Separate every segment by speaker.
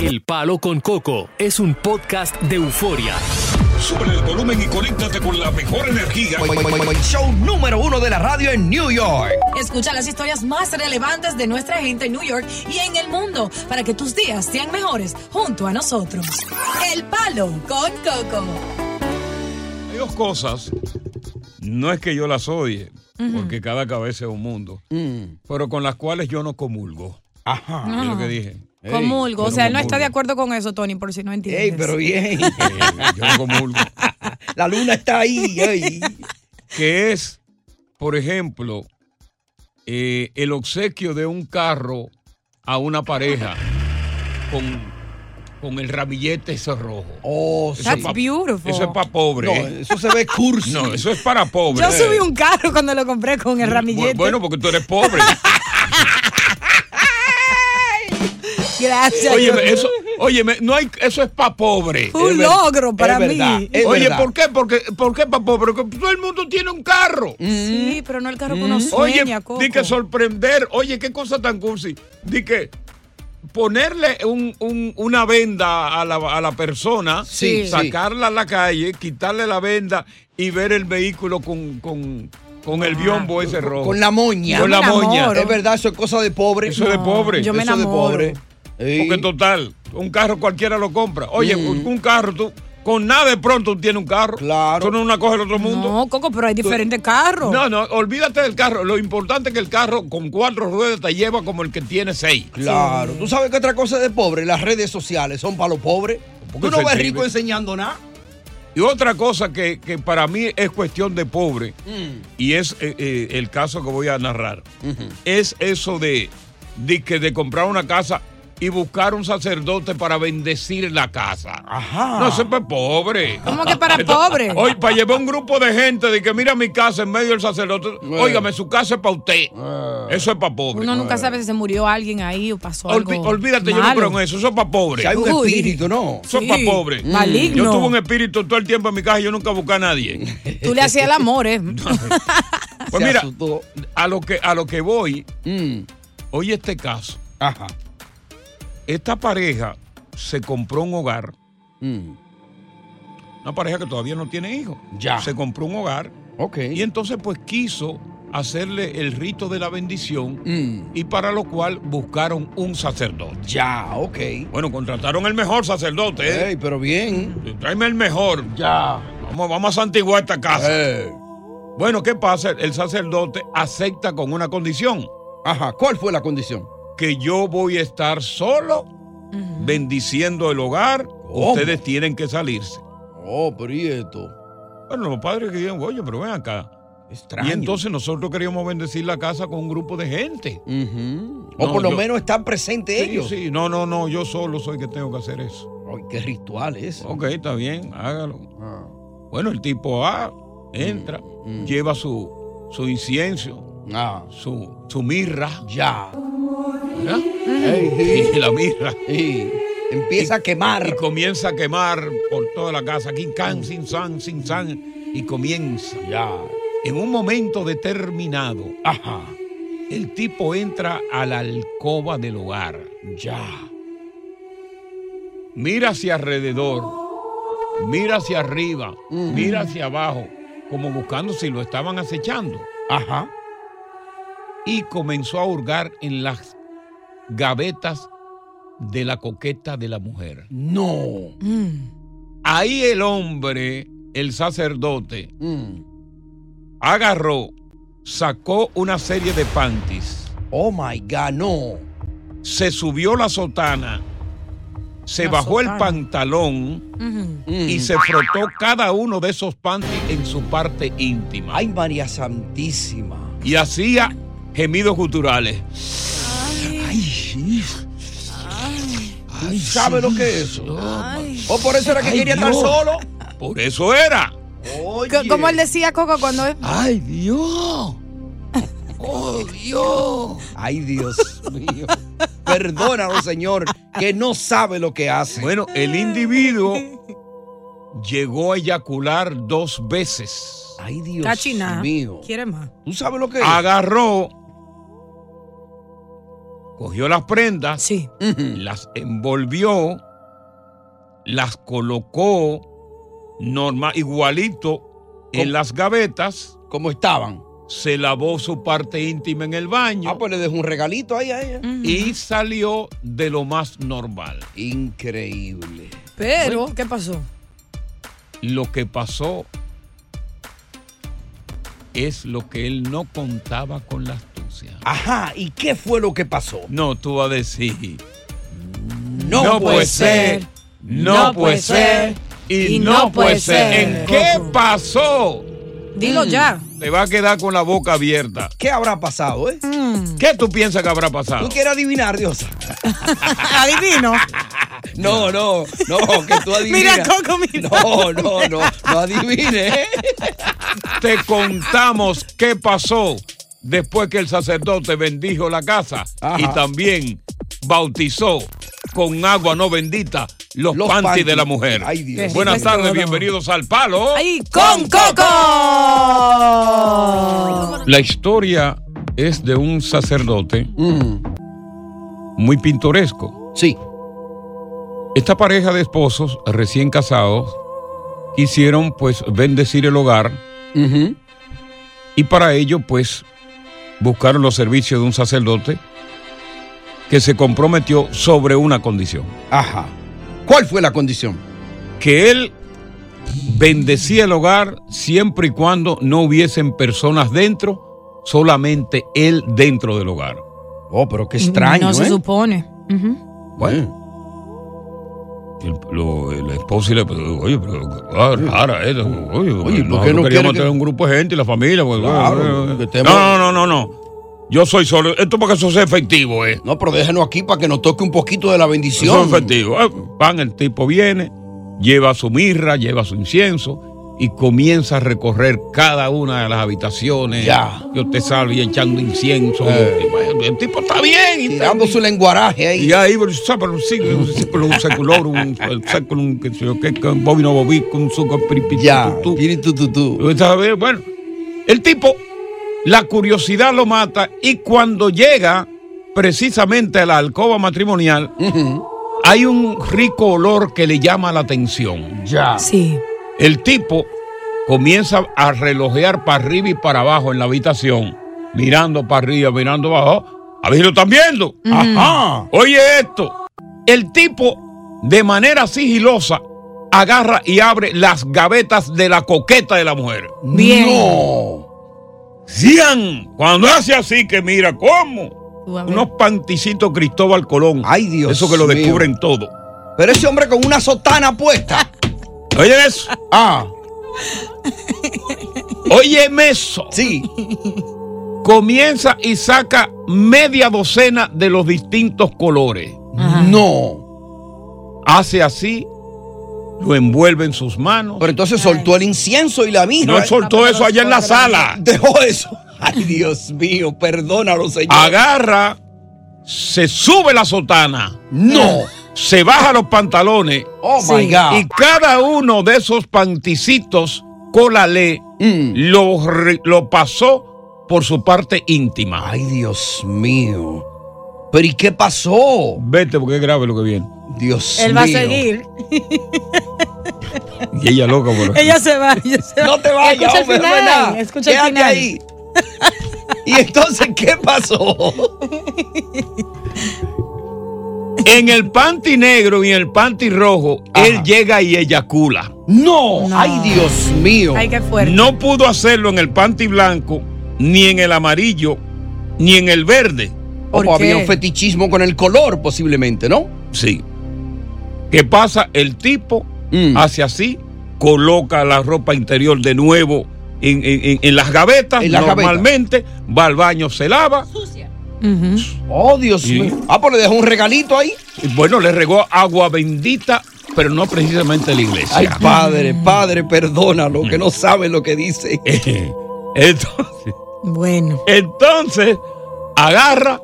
Speaker 1: El Palo con Coco es un podcast de euforia.
Speaker 2: Sube el volumen y conéctate con la mejor energía.
Speaker 3: Show número uno de la radio en New York.
Speaker 4: Escucha las historias más relevantes de nuestra gente en New York y en el mundo para que tus días sean mejores junto a nosotros. El Palo con Coco.
Speaker 2: Hay dos cosas. No es que yo las odie,
Speaker 5: Mm.
Speaker 2: porque cada cabeza es un mundo, pero con las cuales yo no comulgo. Ajá. Es lo que dije.
Speaker 5: Ah. Comulgo.
Speaker 2: Ey,
Speaker 5: O
Speaker 2: yo
Speaker 5: sea, él no está de
Speaker 2: comulgo.
Speaker 5: acuerdo con eso, Tony, por si no entiendes.
Speaker 3: Ey, pero bien.
Speaker 2: Eh, yo no comulgo.
Speaker 3: La luna está ahí. ey.
Speaker 2: que es, por ejemplo, eh, el obsequio de un carro a una pareja con, con el ramillete ese rojo.
Speaker 3: Oh,
Speaker 2: Eso
Speaker 3: sí.
Speaker 5: That's beautiful.
Speaker 2: Eso es para pobre.
Speaker 3: No,
Speaker 2: ¿eh?
Speaker 3: eso se ve cursi.
Speaker 2: No, eso es para pobre. Eh,
Speaker 5: Yo subí un carro cuando lo compré con el ramillete.
Speaker 2: Bu- Bueno, porque tú eres pobre.
Speaker 5: Gracias.
Speaker 2: Oye,
Speaker 5: Dios mío.
Speaker 2: eso, óyeme, no hay, eso es para pobre.
Speaker 5: Fue un
Speaker 3: es verdad,
Speaker 5: logro
Speaker 3: es
Speaker 5: para mí.
Speaker 3: verdad. Es
Speaker 2: Oye,
Speaker 3: verdad.
Speaker 2: ¿por qué? Porque, ¿Por qué para pobre? Porque todo el mundo tiene un carro.
Speaker 5: Sí, pero no el carro que uno
Speaker 2: Oye,
Speaker 5: sueña, Coco.
Speaker 2: di que sorprender. Oye, qué cosa tan cursi. Di que ponerle un- un- una venda a la, a la persona,
Speaker 3: Sí,
Speaker 2: sacarla a la calle, quitarle la venda y ver el vehículo con, con- con el biombo ese rojo.
Speaker 3: Ah, Con la moña.
Speaker 2: Con la
Speaker 5: Me
Speaker 2: moña.
Speaker 5: enamoro.
Speaker 3: Es verdad, eso es cosa de pobre.
Speaker 2: Eso es de pobre.
Speaker 5: yo me
Speaker 3: Eso es de
Speaker 5: enamoro.
Speaker 3: pobre. Ey.
Speaker 2: Porque total, un carro cualquiera lo compra. Oye, un carro tú, con nada de pronto tú tienes un carro.
Speaker 3: Claro.
Speaker 2: Tú no una cosa del otro mundo.
Speaker 5: No, Coco, pero hay diferentes carros.
Speaker 2: No, no, olvídate del carro. Lo importante es que el carro con cuatro ruedas te lleva como el que tiene seis.
Speaker 3: Claro. ¿Tú sabes qué otra cosa es de pobre? Las redes sociales son para los pobres.
Speaker 2: Porque
Speaker 3: Tú no
Speaker 2: se
Speaker 3: ves
Speaker 2: sirve.
Speaker 3: rico enseñando nada.
Speaker 2: Y otra cosa que, que para mí es cuestión de pobre, y es eh, eh, el caso que voy a narrar, es eso de, de que de comprar una casa y buscar un sacerdote para bendecir la casa.
Speaker 3: Ajá.
Speaker 2: No, eso es para pobre.
Speaker 5: ¿Cómo que para
Speaker 2: Entonces,
Speaker 5: Ah, pobre?
Speaker 2: Hoy, para llevar un grupo de gente de que mira mi casa en medio del sacerdote, óigame, su casa es para usted. Eso es para pobre.
Speaker 5: Uno nunca sabe si se murió alguien ahí o pasó algo.
Speaker 2: Olvi- olvídate, yo no
Speaker 5: malo.
Speaker 2: creo en eso, eso es para pobre.
Speaker 3: Que hay un
Speaker 5: Uy.
Speaker 3: espíritu, ¿no?
Speaker 2: Eso es
Speaker 5: Sí,
Speaker 2: para pobre.
Speaker 5: maligno.
Speaker 2: Yo tuve un espíritu todo el tiempo en mi casa y yo nunca busqué a nadie.
Speaker 5: Tú le hacías el
Speaker 2: este-
Speaker 5: amor, ¿eh?
Speaker 2: Pues
Speaker 3: Se
Speaker 2: mira,
Speaker 3: asustó.
Speaker 2: a lo que a lo que voy,
Speaker 3: Mm.
Speaker 2: oye este caso.
Speaker 3: Ajá.
Speaker 2: Esta pareja se compró un hogar,
Speaker 3: Mm.
Speaker 2: una pareja que todavía no tiene hijos.
Speaker 3: Ya.
Speaker 2: Se compró un hogar
Speaker 3: Ok.
Speaker 2: y entonces pues quiso hacerle el rito de la bendición
Speaker 3: Mm.
Speaker 2: y para lo cual buscaron un sacerdote.
Speaker 3: Ya, ok.
Speaker 2: Bueno, contrataron el mejor sacerdote. ¿eh?
Speaker 3: Ey, pero bien.
Speaker 2: Tráeme el mejor.
Speaker 3: Ya.
Speaker 2: Vamos, vamos a santiguar esta casa.
Speaker 3: Ey.
Speaker 2: Bueno, ¿qué pasa? El sacerdote acepta con una condición.
Speaker 3: Ajá. ¿Cuál fue la condición?
Speaker 2: que yo voy a estar solo bendiciendo el hogar.
Speaker 3: ¿Cómo?
Speaker 2: Ustedes tienen que salirse.
Speaker 3: Oh, pero ¿y esto?
Speaker 2: Bueno, los padres que dijeron, oye, pero ven acá.
Speaker 3: Extraño.
Speaker 2: Y entonces nosotros queríamos bendecir la casa con un grupo de gente.
Speaker 3: Ujú. O
Speaker 2: No,
Speaker 3: por lo
Speaker 2: yo-
Speaker 3: menos están presentes
Speaker 2: Sí,
Speaker 3: ellos.
Speaker 2: sí, no, no, no, yo solo soy que tengo que hacer eso.
Speaker 3: Ay, qué ritual es. Ah.
Speaker 2: Ok, está bien, hágalo. Bueno, el tipo A entra, lleva su, su incienso,
Speaker 3: Mm, Ah,
Speaker 2: su, su mirra,
Speaker 3: ya.
Speaker 2: ¿verdad? Y la mira. Y empieza a quemar. Y comienza a quemar por toda la casa. King can, sin san, sin san. Y comienza. Ya. En un momento determinado. Ajá. El tipo entra a la alcoba del hogar. Ya. Mira hacia alrededor. Mira hacia arriba. Mira hacia abajo. Como buscando si lo estaban acechando. Ajá. Y comenzó a hurgar en las gavetas de la coqueta de la mujer. No. Ahí el hombre, el sacerdote, Mm. agarró, sacó una serie de panties. Oh my God, no. Se subió la sotana, se
Speaker 6: La
Speaker 2: bajó
Speaker 6: sotana.
Speaker 2: el pantalón y se frotó cada uno de esos panties en su parte íntima. Ay, María Santísima. Y hacía gemidos guturales.
Speaker 3: Ay, ¿Sabe lo que es eso? ¿O por eso era que
Speaker 2: Ay,
Speaker 3: quería estar
Speaker 2: Dios.
Speaker 3: solo?
Speaker 2: Por eso era.
Speaker 5: Co- Como él decía Coco cuando es.
Speaker 2: ¡Ay, Dios! ¡Oh, Dios!
Speaker 3: Ay, Dios mío. Perdónalo, Señor, que no sabe lo que hace.
Speaker 2: Bueno, el individuo llegó a eyacular dos veces. Ay, Dios
Speaker 5: Cachina. Quiere más.
Speaker 2: ¿Tú sabes lo que Agarró, cogió las prendas, las envolvió, las colocó normal, igualito en las gavetas. Como estaban. Se lavó su parte íntima en el baño. Ah, pues le dejó un regalito ahí a ella. Y salió de lo más normal. Increíble.
Speaker 5: Pero, ¿qué pasó?
Speaker 2: Lo que pasó es lo que él no contaba con la astucia. Ajá, ¿y qué fue lo que pasó? No, tú vas a decir.
Speaker 3: No puede ser,
Speaker 2: no puede ser, y no puede ser. ¿En qué pasó?
Speaker 5: Dilo ya.
Speaker 2: Te va a quedar con la boca abierta. Mm. ¿Qué habrá pasado, eh?
Speaker 5: Mm.
Speaker 2: ¿Qué tú piensas que habrá pasado?
Speaker 3: ¿Tú quieres adivinar, Dios?
Speaker 5: Adivino.
Speaker 3: No, no, no, que tú adivinas.
Speaker 5: Mira, Coco, mira.
Speaker 3: No, no, no, no adivines.
Speaker 2: Te contamos qué pasó después que el sacerdote bendijo la casa y también bautizó con agua no bendita los, panties,
Speaker 3: panties.
Speaker 2: de la mujer.
Speaker 3: Ay, Dios. Qué
Speaker 2: Buenas
Speaker 3: rico es
Speaker 2: tardes,
Speaker 3: todo.
Speaker 2: bienvenidos al Palo.
Speaker 5: con Coco.
Speaker 2: La historia es de un sacerdote
Speaker 3: Mm.
Speaker 2: muy pintoresco. Sí. Esta pareja de esposos recién casados quisieron pues bendecir el hogar y para ello pues buscaron los servicios de un sacerdote que se comprometió sobre una condición. Ajá. ¿Cuál fue la condición? Que él bendecía el hogar siempre y cuando no hubiesen personas dentro, solamente él dentro del hogar. Oh, pero qué ¿eh?
Speaker 5: No se supone. Ujú.
Speaker 2: bueno. Mm. El, lo- la esposa y la oye, pero ah, rara esa. Oye,
Speaker 3: ¿por qué no
Speaker 2: nosotros
Speaker 3: quiere
Speaker 2: queríamos
Speaker 3: que-
Speaker 2: tener un grupo de gente y la familia. pues,
Speaker 3: Claro,
Speaker 2: eh, eh,
Speaker 3: que estemos-
Speaker 2: No, no, no, no, no. Yo soy solo. Esto para que eso sea efectivo, ¿eh?
Speaker 3: No, pero déjenos aquí para que nos toque un poquito de la
Speaker 2: Son
Speaker 3: bendición.
Speaker 2: efectivos. Eh, Van, el tipo viene, lleva su mirra, lleva su incienso y comienza a recorrer cada una de las habitaciones.
Speaker 3: Ya.
Speaker 2: Que usted salve y echando incienso.
Speaker 3: Eh.
Speaker 2: Y bueno, El tipo está bien. y está-
Speaker 3: Tirando su lenguaraje ahí.
Speaker 2: Y ahí, pero, ¿sabe? un círculo, un círculo, un secular, un el século, un que sé yo qué, con bobino bobí, con su
Speaker 3: Ya,
Speaker 2: ¿Sabes? eh, Bueno, el tipo, la curiosidad lo mata y cuando llega precisamente a la alcoba matrimonial, hay un rico olor que le llama la atención. Ya.
Speaker 5: Sí.
Speaker 2: El tipo comienza a relojear para arriba y para abajo en la habitación, mirando para arriba, mirando abajo. A ver si lo están viendo. Ajá. Oye esto. El tipo, de manera sigilosa, agarra y abre las gavetas de la coqueta de la mujer.
Speaker 5: Bien.
Speaker 2: ¡No! ¡Sian! Cuando hace así que mira, ¿cómo?
Speaker 5: Tú, a ver.
Speaker 2: Unos panticitos Cristóbal Colón. Ay, Dios. Eso que lo
Speaker 3: mío.
Speaker 2: descubren todo.
Speaker 3: Pero ese hombre con una sotana puesta.
Speaker 2: Oye eso. Ah. Óyeme eso. Sí. Comienza y saca media docena de los distintos colores. No. Hace así, lo envuelve en sus manos. Pero entonces soltó el incienso y la
Speaker 3: mirra.
Speaker 2: No él soltó eso allá en la sala.
Speaker 3: Dejó eso. Ay, Dios mío, perdónalo, Señor.
Speaker 2: Agarra se sube la sotana.
Speaker 3: No.
Speaker 2: Se baja los pantalones.
Speaker 3: Oh, my Sí. God.
Speaker 2: Y cada uno de esos panticitos, Colale,
Speaker 3: Mm.
Speaker 2: lo, re- lo pasó por su parte íntima.
Speaker 3: Ay, Dios mío. ¿Pero y qué pasó?
Speaker 2: Vete porque es grave lo que viene.
Speaker 3: Dios
Speaker 5: Él va a seguir.
Speaker 2: Y ella loca por aquí.
Speaker 5: Ella se va. ella se va.
Speaker 3: No te vayas,
Speaker 5: Escucha el
Speaker 3: hombre,
Speaker 5: final.
Speaker 3: ¿verdad?
Speaker 5: Escucha el
Speaker 3: Quédate
Speaker 5: final.
Speaker 3: ahí. ¿Y entonces qué pasó?
Speaker 2: En el panty negro y en el panty rojo, él llega y eyacula.
Speaker 3: No, ay Dios mío.
Speaker 5: Ay, qué fuerte.
Speaker 2: No pudo hacerlo en el panty blanco, ni en el amarillo, ni en el verde.
Speaker 5: ¿Por
Speaker 3: o había
Speaker 5: qué?
Speaker 3: un fetichismo con el color posiblemente, ¿no?
Speaker 2: Sí. ¿Qué pasa? El tipo
Speaker 3: Mm.
Speaker 2: hace así, coloca la ropa interior de nuevo en, en- en- en las gavetas.
Speaker 3: En las gavetas.
Speaker 2: normalmente va al baño, se lava.
Speaker 5: Ujú.
Speaker 3: Oh, Dios
Speaker 2: Sí.
Speaker 3: mío. Ah, pues le dejó un regalito ahí.
Speaker 2: Y bueno, le regó agua bendita, pero no precisamente la iglesia.
Speaker 3: Ay, padre, padre, perdónalo, que no sabe lo que dice.
Speaker 2: Eh, Entonces,
Speaker 5: Bueno.
Speaker 2: entonces, agarra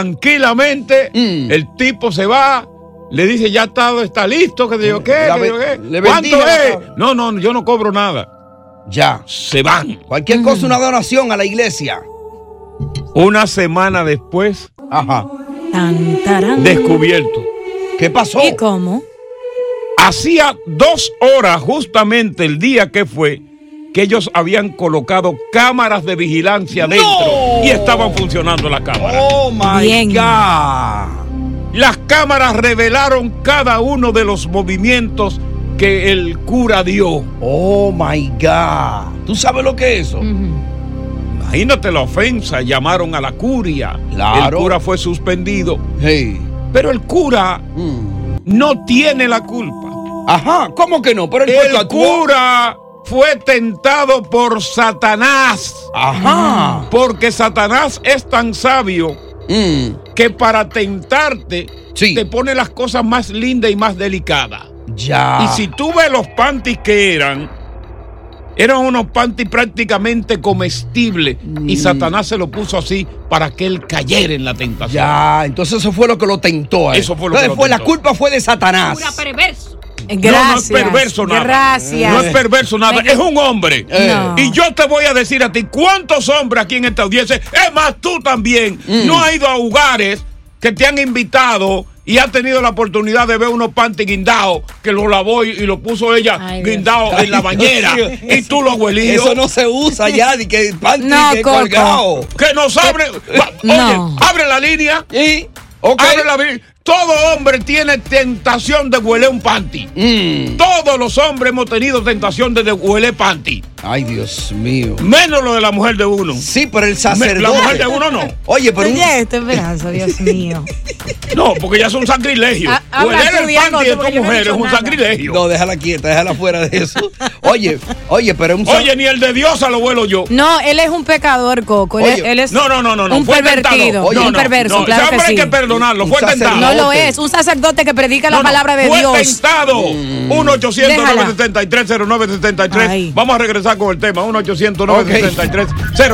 Speaker 2: tranquilamente,
Speaker 3: Mm.
Speaker 2: el tipo se va. Le dice, ya está, está listo, que digo, ¿qué?
Speaker 3: La
Speaker 2: Que
Speaker 3: be-
Speaker 2: yo qué.
Speaker 3: le
Speaker 2: ¿Cuánto
Speaker 3: bendiga la
Speaker 2: es?
Speaker 3: tabla.
Speaker 2: No, no, yo no cobro nada.
Speaker 3: Ya.
Speaker 2: Se van.
Speaker 3: Cualquier
Speaker 5: Mm.
Speaker 3: cosa, una donación a la iglesia.
Speaker 2: Una semana después,
Speaker 3: Ajá.
Speaker 5: Tan, tarán.
Speaker 2: descubierto.
Speaker 3: ¿Qué pasó?
Speaker 5: ¿Y cómo?
Speaker 2: Hacía dos horas, justamente el día que fue, que ellos habían colocado cámaras de vigilancia dentro y estaban funcionando las cámaras.
Speaker 3: Oh, my
Speaker 5: Bien.
Speaker 3: God.
Speaker 2: Las cámaras revelaron cada uno de los movimientos que el cura dio.
Speaker 3: Oh, my God. ¿Tú sabes lo que es eso?
Speaker 2: Imagínate la ofensa, llamaron a la curia.
Speaker 3: Claro.
Speaker 2: El cura fue suspendido.
Speaker 3: Hey.
Speaker 2: Pero el cura
Speaker 3: Mm.
Speaker 2: no tiene la culpa.
Speaker 3: Ajá, ¿cómo que no? Pero el, puesto
Speaker 2: El
Speaker 3: actuó.
Speaker 2: cura fue tentado por Satanás.
Speaker 3: Ajá.
Speaker 2: Porque Satanás es tan sabio
Speaker 3: Mm.
Speaker 2: que para tentarte
Speaker 3: Sí.
Speaker 2: te pone las cosas más lindas y más delicadas.
Speaker 3: Ya.
Speaker 2: Y si tú ves los panties que eran, eran unos panties prácticamente comestibles.
Speaker 3: Mm.
Speaker 2: Y Satanás se lo puso así para que él cayera en la tentación.
Speaker 3: Ya, entonces eso fue lo que lo tentó. a él.
Speaker 2: Eso fue lo que
Speaker 3: Entonces
Speaker 2: lo tentó.
Speaker 3: La culpa fue de Satanás.
Speaker 5: Gracias.
Speaker 2: No, no es perverso nada.
Speaker 5: Gracias.
Speaker 2: No es perverso nada, es un hombre.
Speaker 3: Eh.
Speaker 5: No.
Speaker 2: Y yo te voy a decir a ti, ¿cuántos hombres aquí en esta audiencia? Es más, tú también. No has ido a lugares que te han invitado y has tenido la oportunidad de ver unos panties guindados que lo lavó y, y lo puso ella
Speaker 5: Ay, Dios.
Speaker 2: guindado en la
Speaker 3: Ay,
Speaker 2: bañera.
Speaker 3: Dios mío.
Speaker 2: y tú lo huelías.
Speaker 3: Eso no se usa ya, ni que panty
Speaker 5: No,
Speaker 3: que
Speaker 5: Coco.
Speaker 3: colgado.
Speaker 2: Que nos abre. Va-
Speaker 5: No.
Speaker 2: Oye, abre la línea.
Speaker 3: ¿Y? Ok.
Speaker 2: Abre la línea. Todo hombre tiene tentación de huele un panty.
Speaker 3: Mm.
Speaker 2: Todos los hombres hemos tenido tentación de huele panty.
Speaker 3: Ay, Dios mío.
Speaker 2: Menos lo de la mujer de uno.
Speaker 3: Sí, pero el
Speaker 2: Me-
Speaker 3: sacerdote.
Speaker 2: La mujer de uno no.
Speaker 3: Oye, pero un-
Speaker 5: Oye, esto es esperanza, Dios mío.
Speaker 2: No, porque ya es un sacrilegio.
Speaker 5: Ah, habla
Speaker 2: Hueler
Speaker 5: tú,
Speaker 2: el
Speaker 5: Diego,
Speaker 2: panty
Speaker 5: tú,
Speaker 2: de
Speaker 5: porque
Speaker 2: tu
Speaker 5: yo no he
Speaker 2: mujer es
Speaker 5: dicho
Speaker 2: un
Speaker 5: nada.
Speaker 2: sacrilegio.
Speaker 3: No, déjala quieta, déjala fuera de eso. Oye, oye, pero un sa-
Speaker 2: Oye, ni el de Diosa lo vuelo yo.
Speaker 5: No, él es un pecador, Coco. Él,
Speaker 3: Oye,
Speaker 5: es- él es
Speaker 2: No, no, no, no. no.
Speaker 5: un
Speaker 2: Fue
Speaker 5: pervertido,
Speaker 2: tentado. Oye,
Speaker 5: un
Speaker 2: no,
Speaker 5: perverso,
Speaker 2: no,
Speaker 5: claro
Speaker 2: ese
Speaker 5: que
Speaker 2: hombre
Speaker 5: sí.
Speaker 2: hay que perdonarlo.
Speaker 3: Un
Speaker 2: Fue tentado.
Speaker 3: sacerdote.
Speaker 5: No lo es, un sacerdote que predica la
Speaker 2: No, no,
Speaker 5: palabra de
Speaker 2: fue
Speaker 5: Dios.
Speaker 2: tentado.
Speaker 3: Mm.
Speaker 2: 1 800
Speaker 5: Déjala.
Speaker 2: 973
Speaker 5: Ay.
Speaker 2: 0973 Vamos a regresar con el tema. 1 800 973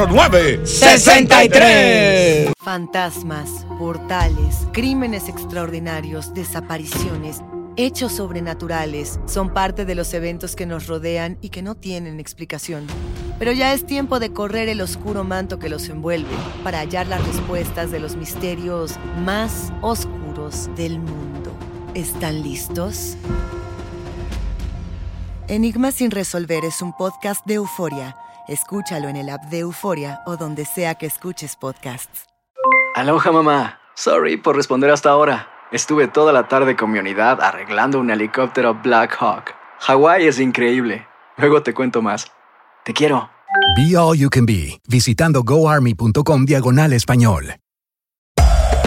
Speaker 2: 09
Speaker 3: 63.
Speaker 7: Fantasmas, portales, crímenes extraordinarios, desapariciones, hechos sobrenaturales son parte de los eventos que nos rodean y que no tienen explicación. Pero ya es tiempo de correr el oscuro manto que los envuelve para hallar las respuestas de los misterios más oscuros del mundo. ¿Están listos? Enigma sin resolver es un podcast de euforia. Escúchalo en el app de Euforia o donde sea que escuches podcasts.
Speaker 6: Aloha mamá. Sorry por responder hasta ahora. Estuve toda la tarde con mi unidad arreglando un helicóptero Black Hawk. Hawái es increíble. Luego te cuento más. Te quiero.
Speaker 1: Be All You Can Be, visitando goarmy.com diagonal español.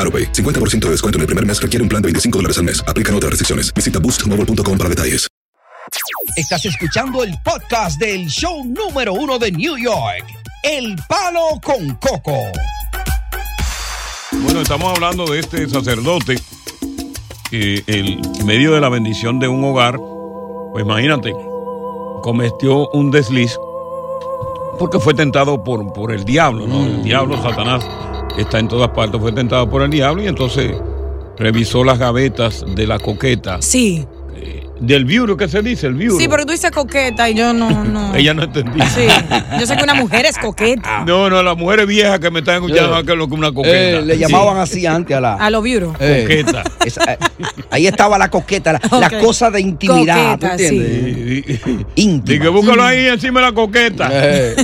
Speaker 8: AroPay. 50% de descuento en el primer mes requiere un plan de 25 dólares al mes. Aplican otras restricciones. Visita boostmobile.com para detalles.
Speaker 3: Estás escuchando el podcast del show número uno de New York, El Palo con Coco.
Speaker 2: Bueno, estamos hablando de este sacerdote, eh, el en medio de la bendición de un hogar, pues imagínate, cometió un desliz porque fue tentado por, por el diablo, ¿no? El diablo, Satanás, está en todas partes, fue tentado por el diablo y entonces revisó las gavetas de la coqueta. Eh,
Speaker 5: Sí.
Speaker 2: Del viuro, ¿qué se dice? El viuro.
Speaker 5: Sí, porque tú dices coqueta y yo no, no.
Speaker 2: Ella no entendía.
Speaker 5: Sí. Yo sé que una mujer es coqueta.
Speaker 2: No, no, las mujeres viejas que me están escuchando
Speaker 3: Sí.
Speaker 2: que es lo que una coqueta.
Speaker 3: Eh, le llamaban así antes a la.
Speaker 5: A lo viuro.
Speaker 3: Eh,
Speaker 2: Coqueta.
Speaker 3: esa, eh, ahí estaba la coqueta, la, la
Speaker 5: Ok.
Speaker 3: cosa de intimidad, ¿tú
Speaker 5: Coqueta,
Speaker 3: entiendes?
Speaker 2: Y que búscalo ahí encima de la coqueta.
Speaker 3: Eh.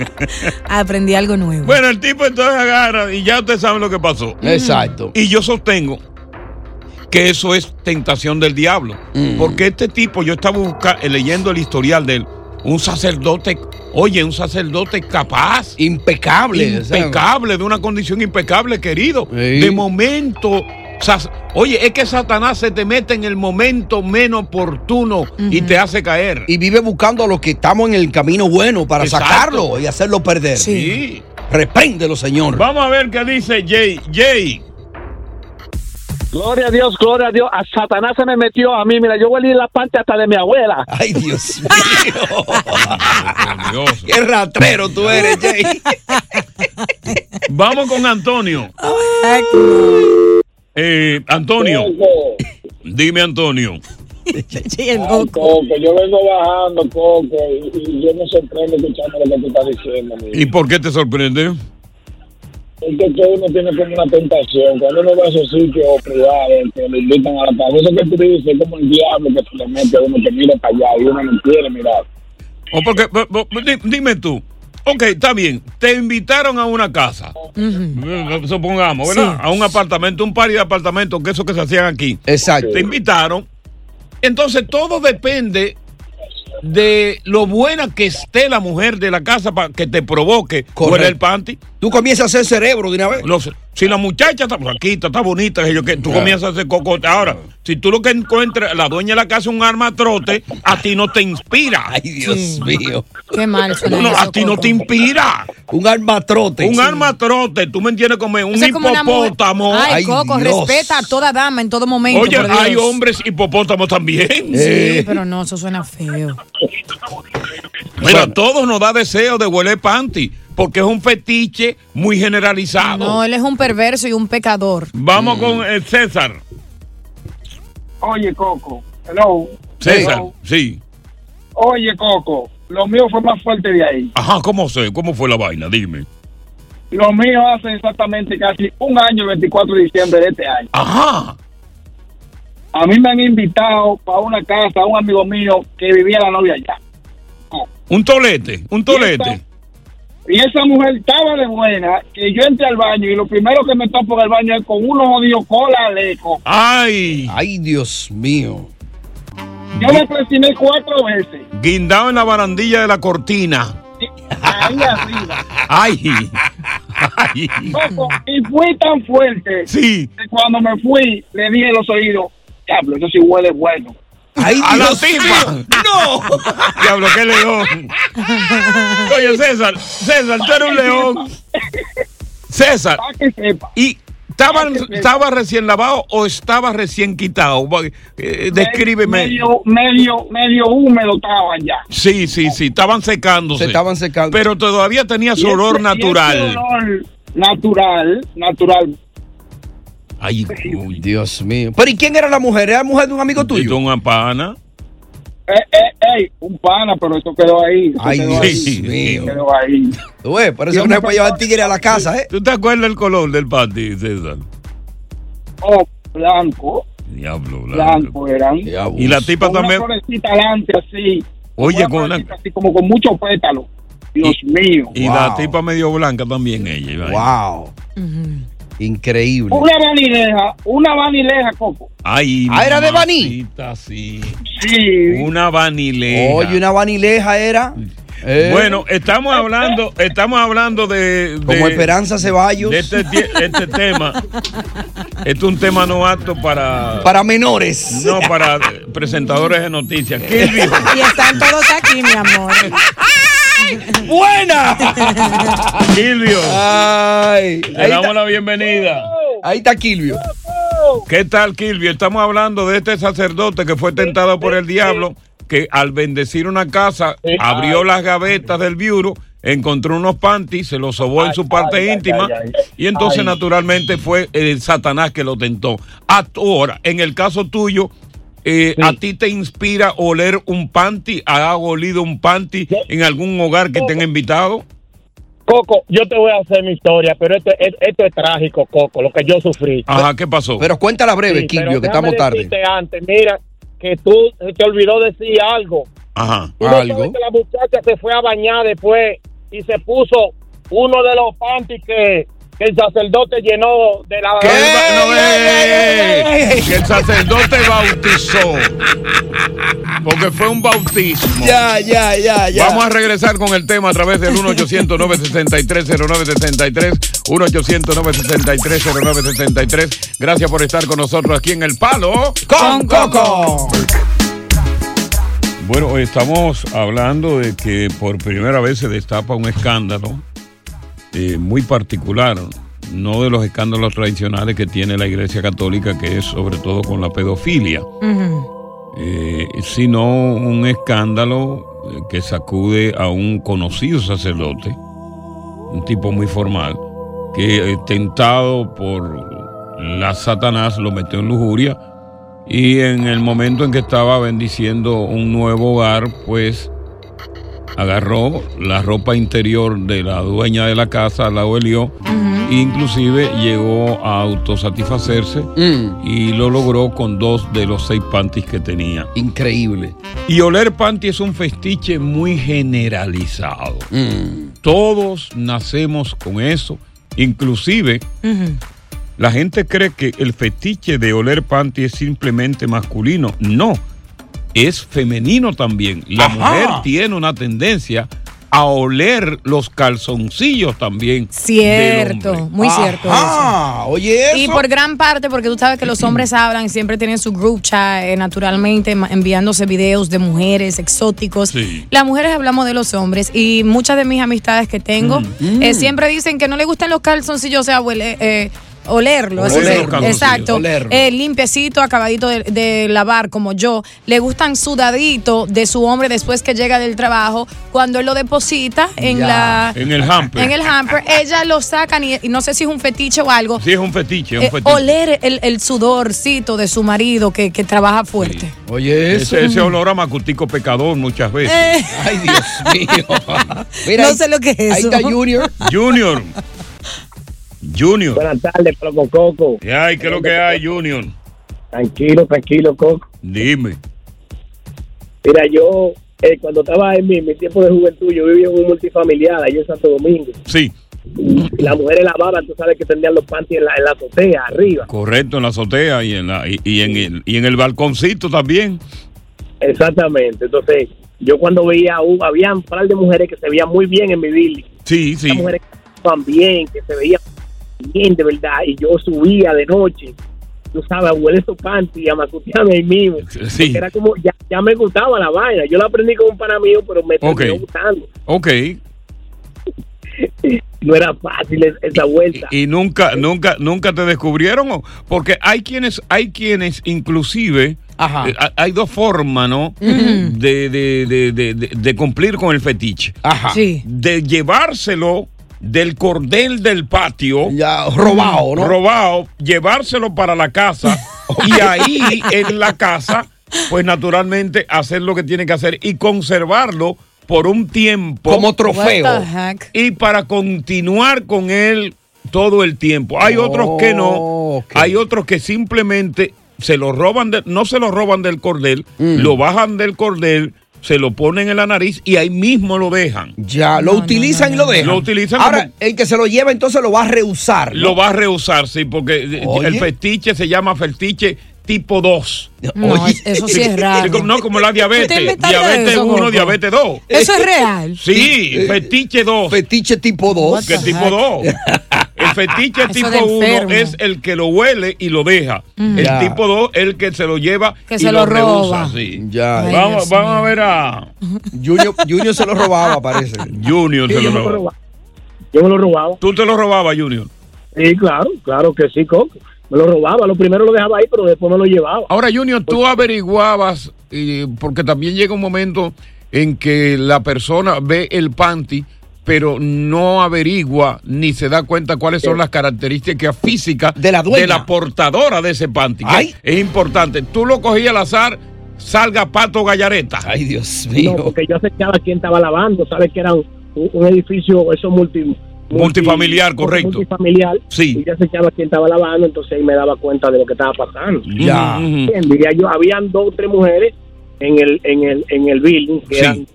Speaker 5: Aprendí algo nuevo.
Speaker 2: Bueno, el tipo entonces agarra y ya ustedes saben lo que pasó.
Speaker 3: Mm. Exacto.
Speaker 2: Y yo sostengo que eso es tentación del diablo.
Speaker 3: Mm.
Speaker 2: Porque este tipo, yo estaba busca- eh, leyendo el historial de él, un sacerdote, oye, un sacerdote capaz.
Speaker 3: Impecable. o sea.
Speaker 2: Impecable, de una condición impecable, querido. De momento... sas- Oye, es que Satanás se te mete en el momento menos oportuno y te hace caer.
Speaker 3: Y vive buscando a los que estamos en el camino bueno para
Speaker 2: Exacto.
Speaker 3: sacarlo y hacerlo perder.
Speaker 2: Sí.
Speaker 3: Repréndelo, Señor.
Speaker 2: Vamos a ver qué dice Jay. Jay.
Speaker 9: Gloria a Dios, gloria a Dios. A Satanás se me metió a mí. Mira, yo huelí la parte hasta de mi abuela.
Speaker 3: Ay, Dios mío. Qué ratrero tú eres, Jay.
Speaker 2: Vamos con Antonio. Eh, Antonio, dime Antonio.
Speaker 10: Coco, yo vengo bajando, Coco, y, y yo me sorprendo escuchando lo que tú estás diciendo, mi
Speaker 2: ¿Y por qué te sorprende?
Speaker 10: Es que todo uno tiene como una tentación. Cuando uno va a esos sitios privados que le invitan a la paz, eso que tú dices es como el diablo que se le mete a uno que mira para allá y uno no quiere mirar.
Speaker 2: O porque, po- po- di- dime tú. Ok, está bien. Te invitaron a una casa. Eh, Supongamos, ¿verdad?
Speaker 3: Sí.
Speaker 2: A un apartamento, un par de apartamentos, que eso que se hacían aquí.
Speaker 3: Exacto.
Speaker 2: Te invitaron. Entonces todo depende de lo buena que esté la mujer de la casa para que te provoque fuera el panty.
Speaker 3: Tú comienzas a hacer cerebro de una vez.
Speaker 2: si la muchacha está pues, aquí, está, está bonita, que yo que tú
Speaker 3: Claro.
Speaker 2: comienzas a hacer cocote. Ahora, si tú lo que encuentras, la dueña de la casa es un arma a trote, a ti no te inspira. Ay,
Speaker 3: Dios mío.
Speaker 5: Qué mal suena
Speaker 2: No, no,
Speaker 5: eso,
Speaker 2: a ti no
Speaker 5: Coco.
Speaker 2: te inspira.
Speaker 3: Un armatrote.
Speaker 2: Un armatrote, tú me entiendes como es, un
Speaker 5: Eso es como una mujer-
Speaker 2: hipopótamo.
Speaker 5: Ay, Coco, respeta a toda dama en todo momento.
Speaker 2: Oye,
Speaker 5: por Dios.
Speaker 2: hay hombres hipopótamos también.
Speaker 5: Sí, pero no, eso suena feo.
Speaker 2: Mira, a todos nos da deseo de huele panty, porque es un fetiche muy generalizado.
Speaker 5: No, eh. él es un perverso y un pecador.
Speaker 2: Vamos con eh, César.
Speaker 10: Oye, Coco, hello.
Speaker 2: César, sí.
Speaker 10: Oye, Coco, lo mío fue más fuerte de ahí.
Speaker 2: Ajá, ¿cómo sé? ¿Cómo fue la vaina? Dime.
Speaker 10: Lo mío hace exactamente casi un año, el 24 de diciembre de este año.
Speaker 2: Ajá.
Speaker 10: A mí me han invitado para una casa a un amigo mío que vivía la novia allá.
Speaker 2: Un tolete, un tolete.
Speaker 10: Y esa mujer estaba de buena, que yo entré al baño y lo primero que me topo en el baño es con unos jodidos cola leco.
Speaker 2: Ay.
Speaker 3: Ay, Dios mío.
Speaker 10: Yo me presioné cuatro veces.
Speaker 2: Guindado en la barandilla de la cortina.
Speaker 10: Ahí arriba.
Speaker 2: Ay. Ay.
Speaker 10: Loco, y fui tan fuerte que cuando me fui le dije en los oídos, diablo, eso sí huele bueno.
Speaker 2: a la tipa. No. Diablo, qué león. Oye, César, César, tú eres un león. César.
Speaker 10: Ah,
Speaker 2: Y estaba, estaba recién lavado o estaba recién quitado. Eh, descríbeme.
Speaker 10: Medio, medio, medio húmedo estaba ya.
Speaker 2: Sí, sí, sí, estaban secándose.
Speaker 3: Se estaban secando.
Speaker 2: Pero todavía tenía su
Speaker 10: Y
Speaker 2: olor
Speaker 10: ese- y ese
Speaker 2: natural.
Speaker 10: olor natural, natural.
Speaker 2: Ay,
Speaker 3: Dios mío. Pero ¿y quién era la mujer? ¿Era la mujer de un amigo tuyo?
Speaker 2: una pana.
Speaker 10: Eh, eh, ey, un pana, pero eso quedó ahí. eso
Speaker 3: Ay,
Speaker 10: quedó
Speaker 3: Dios
Speaker 10: ahí,
Speaker 3: mío.
Speaker 10: Quedó ahí.
Speaker 3: Tú ves, por eso
Speaker 10: Y
Speaker 3: no
Speaker 10: una
Speaker 3: es para llevar tigre a la casa, ¿eh?
Speaker 2: ¿Tú te acuerdas el color del panty, César?
Speaker 10: Oh, blanco,
Speaker 2: Diablo, blanco.
Speaker 10: blanco eran.
Speaker 2: Y la tipa
Speaker 10: Con
Speaker 2: también.
Speaker 10: Una florecita adelante así.
Speaker 2: Oye, con una-
Speaker 10: florecita Así como con muchos pétalos. Dios mío.
Speaker 2: Y la tipa medio blanca también, ella.
Speaker 3: Wow. Increíble.
Speaker 10: Una vanileja, una vanileja, Coco.
Speaker 2: Ay,
Speaker 3: Ah, era de Baní.
Speaker 2: mamacita, Sí. Una vanileja.
Speaker 3: Oye, una vanileja era. Eh.
Speaker 2: Bueno, estamos hablando, estamos hablando de, de-
Speaker 3: Como Esperanza Ceballos.
Speaker 2: de este, tie- este tema. Este es un tema no apto para
Speaker 3: Para menores.
Speaker 2: No, para presentadores de noticias. ¿Qué dijo?
Speaker 5: Y están todos aquí, mi amor.
Speaker 3: ¡Buena!
Speaker 2: Silvio.
Speaker 3: Ay,
Speaker 2: Le damos la bienvenida.
Speaker 3: Ahí está Kilvio.
Speaker 2: ¿Qué tal, Kilvio? Estamos hablando de este sacerdote que fue tentado por el diablo, que al bendecir una casa abrió las gavetas del viuro, encontró unos panties, se los sobó en su parte
Speaker 10: ay, ay,
Speaker 2: íntima
Speaker 10: ay,
Speaker 2: y entonces
Speaker 10: Ay.
Speaker 2: naturalmente fue el Satanás que lo tentó. Ahora, en el caso tuyo, eh, ¿a ti te inspira oler un panty? ¿Has olido un panty en algún hogar que te han invitado?
Speaker 9: Coco, yo te voy a hacer mi historia, pero esto, es- esto es trágico, Coco, lo que yo sufrí.
Speaker 2: Ajá, ¿qué pasó?
Speaker 3: Pero cuéntala breve,
Speaker 9: Sí,
Speaker 3: Kilvio,
Speaker 9: pero
Speaker 3: que
Speaker 9: déjame
Speaker 3: estamos tarde.
Speaker 9: decirte antes, mira, que tú se te olvidó decir algo.
Speaker 2: Ajá.
Speaker 9: Tú no sabes que la muchacha se fue a bañar después y se puso uno de los panties que, que el sacerdote llenó de la...
Speaker 2: No, eh, que el sacerdote bautizó. Porque fue un bautismo.
Speaker 3: Ya, ya, ya, ya.
Speaker 2: Vamos a regresar con el tema a través del 1-800-963-0963. 1-800-963-0963. Gracias por estar con nosotros aquí en El Palo.
Speaker 3: Con Coco.
Speaker 2: Bueno, hoy estamos hablando de que por primera vez se destapa un escándalo eh, muy particular, no de los escándalos tradicionales que tiene la Iglesia Católica, que es sobre todo con la pedofilia, eh, sino un escándalo eh, que sacude a un conocido sacerdote, un tipo muy formal, que eh, tentado por la Satanás lo metió en lujuria y en el momento en que estaba bendiciendo un nuevo hogar, pues agarró la ropa interior de la dueña de la casa, la olió, e inclusive llegó a autosatisfacerse
Speaker 3: Mm.
Speaker 2: y lo logró con dos de los seis panties que tenía.
Speaker 3: Increíble.
Speaker 2: Y oler panty es un festiche muy generalizado.
Speaker 3: Mm.
Speaker 2: Todos nacemos con eso, inclusive... La gente cree que el fetiche de oler panty es simplemente masculino. No, es femenino también. La
Speaker 3: Ajá.
Speaker 2: mujer tiene una tendencia a oler los calzoncillos también.
Speaker 5: Cierto,
Speaker 2: del hombre.
Speaker 5: muy cierto.
Speaker 3: Ah, oye eso.
Speaker 5: Y por gran parte, porque tú sabes que los hombres hablan, siempre tienen su group chat, eh, naturalmente ma- enviándose videos de mujeres exóticos. Las mujeres hablamos de los hombres y muchas de mis amistades que tengo
Speaker 2: Mm.
Speaker 5: eh, siempre dicen que no le gustan los calzoncillos, o sea, huele, eh, olerlo.
Speaker 2: Oler
Speaker 5: así
Speaker 2: los
Speaker 5: que-
Speaker 2: calzoncillos.
Speaker 5: exacto.
Speaker 2: Olerlo.
Speaker 5: Eh, limpiecito, acabadito de, de lavar, como yo. Le gustan sudadito de su hombre después que llega del trabajo, cuando él lo deposita en
Speaker 2: Ya.
Speaker 5: la...
Speaker 2: En el hamper.
Speaker 5: En el hamper, ellas lo sacan y, y no sé si es un fetiche o algo.
Speaker 2: Sí, es un fetiche, es
Speaker 5: Eh,
Speaker 2: un fetiche.
Speaker 5: oler el, el sudorcito de su marido que, que trabaja fuerte.
Speaker 3: Oye eso.
Speaker 2: Ese, ese olor a macutico pecador muchas veces.
Speaker 5: Eh,
Speaker 3: Ay, Dios mío.
Speaker 5: no
Speaker 3: ahí-
Speaker 5: sé lo que es
Speaker 3: Ahí
Speaker 5: eso.
Speaker 3: está Junior.
Speaker 2: Junior. Junior.
Speaker 9: Buenas tardes, Coco Coco.
Speaker 2: Ay, ¿qué es lo que hay, Junior?
Speaker 9: Tranquilo, tranquilo, Coco.
Speaker 2: Dime.
Speaker 9: Mira, yo eh, cuando estaba en mi, mi tiempo de juventud, yo vivía en un multifamiliar allá en Santo Domingo.
Speaker 2: Sí,
Speaker 9: Y las mujeres lavaban, tú sabes que tendrían los panties en la, en la azotea, arriba.
Speaker 2: correcto, en la azotea y en, la, y, y en, el, y en el balconcito también.
Speaker 9: Exactamente. Entonces, yo cuando veía, uh, había un par de mujeres que se veían muy bien en mi building.
Speaker 2: Sí, sí.
Speaker 9: Las mujeres que estaban bien, que se veían bien de verdad. Y yo subía de noche, tú sabes, a huele su panty y a macutearme ahí mismo.
Speaker 2: Sí.
Speaker 9: Porque Era como, ya, ya me gustaba la vaina. Yo la aprendí con un pana mío, pero me
Speaker 2: Ok.
Speaker 9: terminó gustando.
Speaker 2: Ok.
Speaker 9: No era fácil es- esa vuelta.
Speaker 2: y nunca nunca nunca te descubrieron ¿o? porque hay quienes hay quienes inclusive
Speaker 3: Ajá.
Speaker 2: eh, ha- hay dos formas no de, de- de- de- de- de cumplir con el fetiche
Speaker 3: Ajá.
Speaker 5: Sí.
Speaker 2: de llevárselo del cordel del patio
Speaker 3: Ya, robado, ¿no?
Speaker 2: robado llevárselo para la casa y ahí en la casa pues naturalmente hacer lo que tiene que hacer y conservarlo por un tiempo.
Speaker 3: Como trofeo.
Speaker 5: What the heck?
Speaker 2: Y para continuar con él todo el tiempo. Hay otros que no.
Speaker 3: Oh,
Speaker 2: Hay otros que simplemente se lo roban, de- no se lo roban del cordel,
Speaker 3: Mm.
Speaker 2: lo bajan del cordel, se lo ponen en la nariz y ahí mismo lo dejan.
Speaker 3: Ya, Ah, lo utilizan y lo dejan.
Speaker 2: Lo utilizan
Speaker 3: Ahora,
Speaker 2: como-
Speaker 3: el que se lo lleva entonces lo va a reusar. ¿no?
Speaker 2: Lo va a rehusar, sí, porque eh,
Speaker 3: Oye.
Speaker 2: el festiche se llama festiche tipo 2.
Speaker 5: No, eso sí es raro.
Speaker 2: como- No, como la
Speaker 5: ¿Tú te
Speaker 2: diabetes.
Speaker 5: inventaste
Speaker 2: Diabetes
Speaker 5: eso,
Speaker 2: 1,
Speaker 5: Coco?
Speaker 2: diabetes 2.
Speaker 5: Eso es real.
Speaker 2: Sí, fetiche 2.
Speaker 3: Fetiche tipo 2.
Speaker 2: ¿Qué tipo 2? El fetiche
Speaker 5: Ah, Eso de
Speaker 2: tipo 1
Speaker 5: enfermo.
Speaker 2: es el que lo huele y lo deja.
Speaker 5: Mm.
Speaker 2: El
Speaker 5: Ya.
Speaker 2: tipo 2 es el que se lo lleva
Speaker 5: Que
Speaker 2: y
Speaker 5: se
Speaker 2: lo,
Speaker 5: lo roba.
Speaker 2: rehúsa, sí.
Speaker 3: Ya. Ay,
Speaker 2: vamos
Speaker 3: Dios
Speaker 2: vamos a ver a
Speaker 3: Junior, Junior se lo robaba, parece.
Speaker 2: Junior. Se
Speaker 9: Sí, yo
Speaker 2: lo
Speaker 9: me
Speaker 2: robaba.
Speaker 9: lo robaba. Yo me lo robaba.
Speaker 2: Tú te lo robabas, Junior.
Speaker 9: Sí, claro, claro que sí, Coco. Me lo robaba. Lo primero lo dejaba ahí, pero después me lo llevaba.
Speaker 2: Ahora, Junior, tú averiguabas, eh, porque también llega un momento en que la persona ve el panty, pero no averigua ni se da cuenta cuáles son las características físicas Eh. de la,
Speaker 3: dueña.
Speaker 2: portadora de ese panty. que
Speaker 3: Ay.
Speaker 2: Es importante. Tú lo cogías al azar, salga pato gallareta.
Speaker 3: Ay, Dios
Speaker 9: No, porque yo sé que cada quien estaba lavando. Sabes que era un, un edificio, eso multi, multi-
Speaker 2: Multifamiliar, correcto.
Speaker 9: Multifamiliar.
Speaker 2: Sí.
Speaker 9: Y yo sé que cada quien estaba lavando, entonces ahí me daba cuenta de lo que estaba pasando.
Speaker 2: Ya.
Speaker 9: Bien, diría yo, habían dos o tres mujeres en el, en el, en el building que
Speaker 2: Sí.
Speaker 9: eran,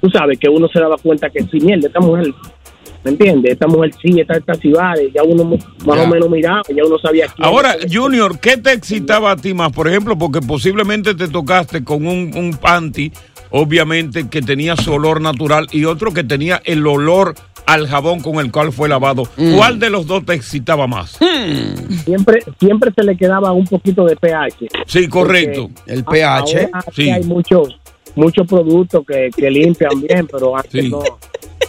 Speaker 9: tú sabes, que uno se daba cuenta que sí, mierda, esta mujer, ¿me entiendes? Esta mujer sí, esta, esta sí vale, ya uno mu- más
Speaker 2: Ya.
Speaker 9: o menos miraba, ya uno sabía quién
Speaker 2: Ahora,
Speaker 9: era.
Speaker 2: Junior, ¿qué te excitaba a ti más? Por ejemplo, porque posiblemente te tocaste con un, un panty, obviamente, que tenía su olor natural y otro que tenía el olor al jabón con el cual fue lavado.
Speaker 5: Mm.
Speaker 2: ¿Cuál de los dos te excitaba más?
Speaker 5: Hmm.
Speaker 9: siempre, siempre se le quedaba un poquito de pH.
Speaker 2: Sí, correcto.
Speaker 3: El
Speaker 9: Porque
Speaker 3: pH,
Speaker 9: ahora
Speaker 2: sí.
Speaker 9: Hay muchos, muchos productos que, que limpian bien, pero antes
Speaker 2: Sí.
Speaker 9: no.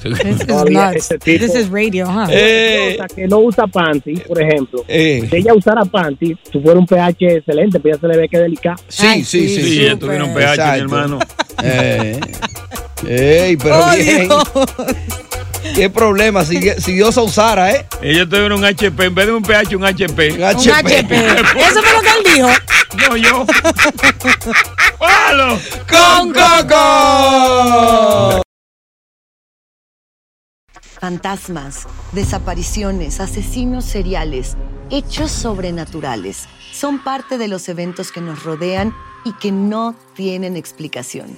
Speaker 5: This is
Speaker 9: No había
Speaker 5: nuts.
Speaker 9: ese tipo.
Speaker 5: This is radio, huh?
Speaker 2: Eh,
Speaker 9: O sea, que no usa panty, por ejemplo.
Speaker 3: Eh.
Speaker 9: Si ella usara panty, si fuera un pH excelente, pero ya se le ve que es delicado.
Speaker 3: Sí,
Speaker 5: Ay,
Speaker 3: sí, sí.
Speaker 5: sí,
Speaker 2: Sí, ya tuvieron pH, mi
Speaker 3: Exacto.
Speaker 2: hermano.
Speaker 3: Eh. Ey, pero
Speaker 5: Oh,
Speaker 3: bien.
Speaker 5: Dios.
Speaker 3: Qué problema. Si, si Dios la usara, ¿eh?
Speaker 2: Ellos tuvieron un HP, en vez de un pH, un
Speaker 3: Un
Speaker 2: HP.
Speaker 5: Un HP. Eso fue lo que él dijo.
Speaker 2: No, yo. ¡Palo!
Speaker 3: ¡Con Coco!
Speaker 7: Fantasmas, desapariciones, asesinos seriales, hechos sobrenaturales son parte de los eventos que nos rodean y que no tienen explicación.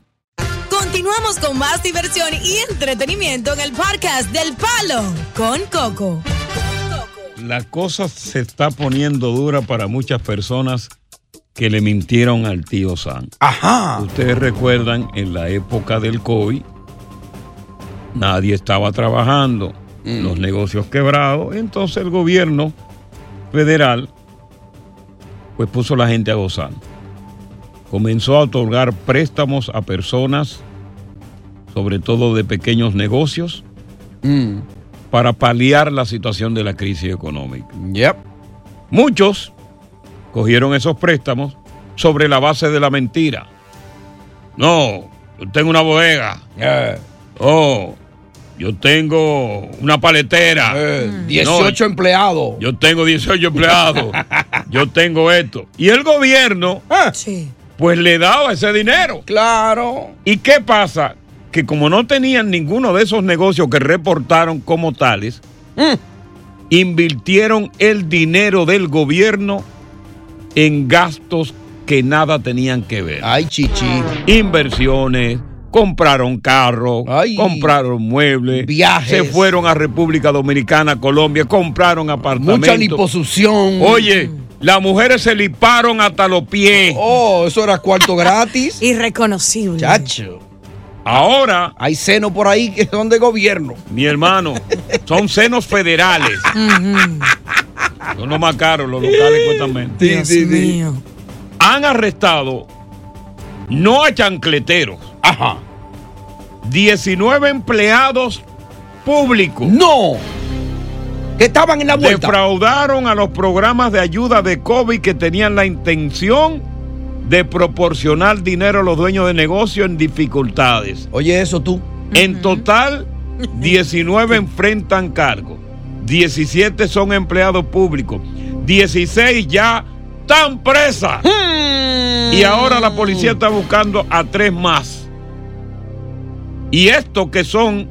Speaker 4: Continuamos con más diversión y entretenimiento en el podcast del Palo con Coco.
Speaker 2: La cosa se está poniendo dura para muchas personas que le mintieron al tío Sam.
Speaker 3: Ajá.
Speaker 2: Ustedes recuerdan, en la época del COVID, nadie estaba trabajando, los negocios quebrados, entonces el gobierno federal pues puso a la gente a gozar. Comenzó a otorgar préstamos a personas, sobre todo de pequeños negocios, para paliar la situación de la crisis económica.
Speaker 3: Yep.
Speaker 2: Muchos cogieron esos préstamos sobre la base de la mentira. Eh. No, yo tengo una bodega. Oh, Yo tengo una paletera.
Speaker 11: 18
Speaker 2: Eh, empleados. Yo tengo 18 empleados. yo tengo esto. Y el gobierno, pues le daba ese dinero. Claro. ¿Y qué pasa? Que como no tenían ninguno de esos negocios que reportaron como tales, Mm. invirtieron el dinero del gobierno en gastos que nada tenían que ver. Ay, chichi. Inversiones, compraron carros, compraron muebles,
Speaker 11: Viajes.
Speaker 2: se fueron a República Dominicana, Colombia, compraron apartamentos.
Speaker 11: Mucha liposucción.
Speaker 2: Oye, las mujeres se liparon hasta los pies.
Speaker 11: Oh, eso era cuarto gratis.
Speaker 5: Irreconocible.
Speaker 11: Chacho.
Speaker 2: Ahora.
Speaker 11: Hay senos por ahí que son de gobierno.
Speaker 2: Mi hermano, son senos federales. Son los más caros, los locales cuestan menos.
Speaker 11: Sí, sí, Dios sí.
Speaker 2: Han arrestado, no a chancleteros, ajá, 19 empleados públicos.
Speaker 11: ¡No! Que estaban en la
Speaker 2: vuelta. Defraudaron a los programas de ayuda de COVID que tenían la intención de proporcionar dinero a los dueños de negocio en dificultades.
Speaker 11: Oye, eso tú.
Speaker 2: En total, 19 enfrentan cargos. 17 son empleados públicos. 16 ya están presas. Y ahora la policía está buscando a tres más. Y estos que son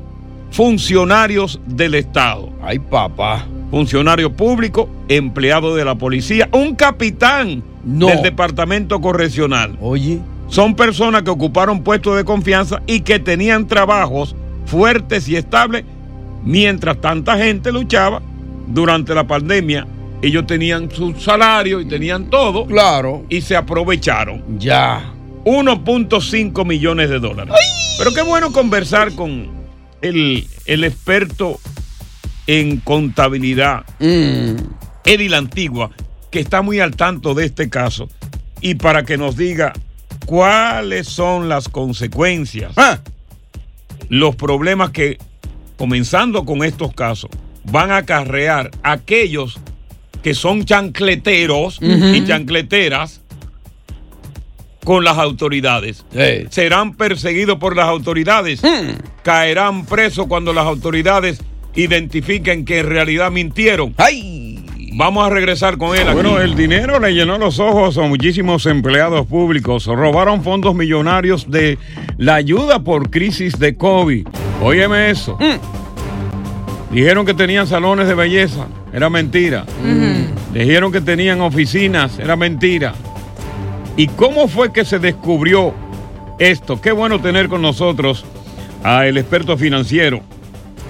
Speaker 2: funcionarios del Estado.
Speaker 11: Ay, papá.
Speaker 2: Funcionario público, empleado de la policía, un capitán del departamento correccional.
Speaker 11: Oye.
Speaker 2: Son personas que ocuparon puestos de confianza y que tenían trabajos fuertes y estables mientras tanta gente luchaba durante la pandemia. Ellos tenían su salario y tenían todo. Claro. Y se aprovecharon.
Speaker 11: Ya.
Speaker 2: 1.5 millones de dólares. Pero qué bueno conversar con el, el experto en contabilidad, Eddie La Antigua, que está muy al tanto de este caso y para que nos diga cuáles son las consecuencias, los problemas que, comenzando con estos casos, van a acarrear aquellos que son chancleteros
Speaker 11: Ujú.
Speaker 2: y chancleteras con las autoridades. Serán perseguidos por las autoridades. Caerán presos cuando las autoridades identifiquen que en realidad mintieron. Vamos a regresar con él.
Speaker 12: Bueno,
Speaker 2: aquí.
Speaker 12: el dinero le llenó los ojos a muchísimos empleados públicos. Robaron fondos millonarios de la ayuda por crisis de COVID. Óyeme eso. Dijeron que tenían salones de belleza. Era mentira. Dijeron que tenían oficinas. Era mentira. ¿Y cómo fue que se descubrió esto? Qué bueno tener con nosotros a el experto financiero,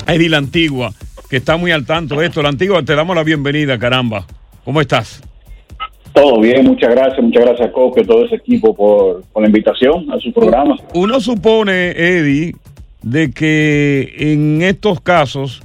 Speaker 12: a Eddie La Antigua, que está muy al tanto de esto. La Antigua, te damos la bienvenida, caramba. ¿Cómo estás?
Speaker 13: Todo bien, muchas gracias, muchas gracias Coque, todo ese equipo por, por la invitación a su programa.
Speaker 12: Uno supone, Eddie, de que en estos casos,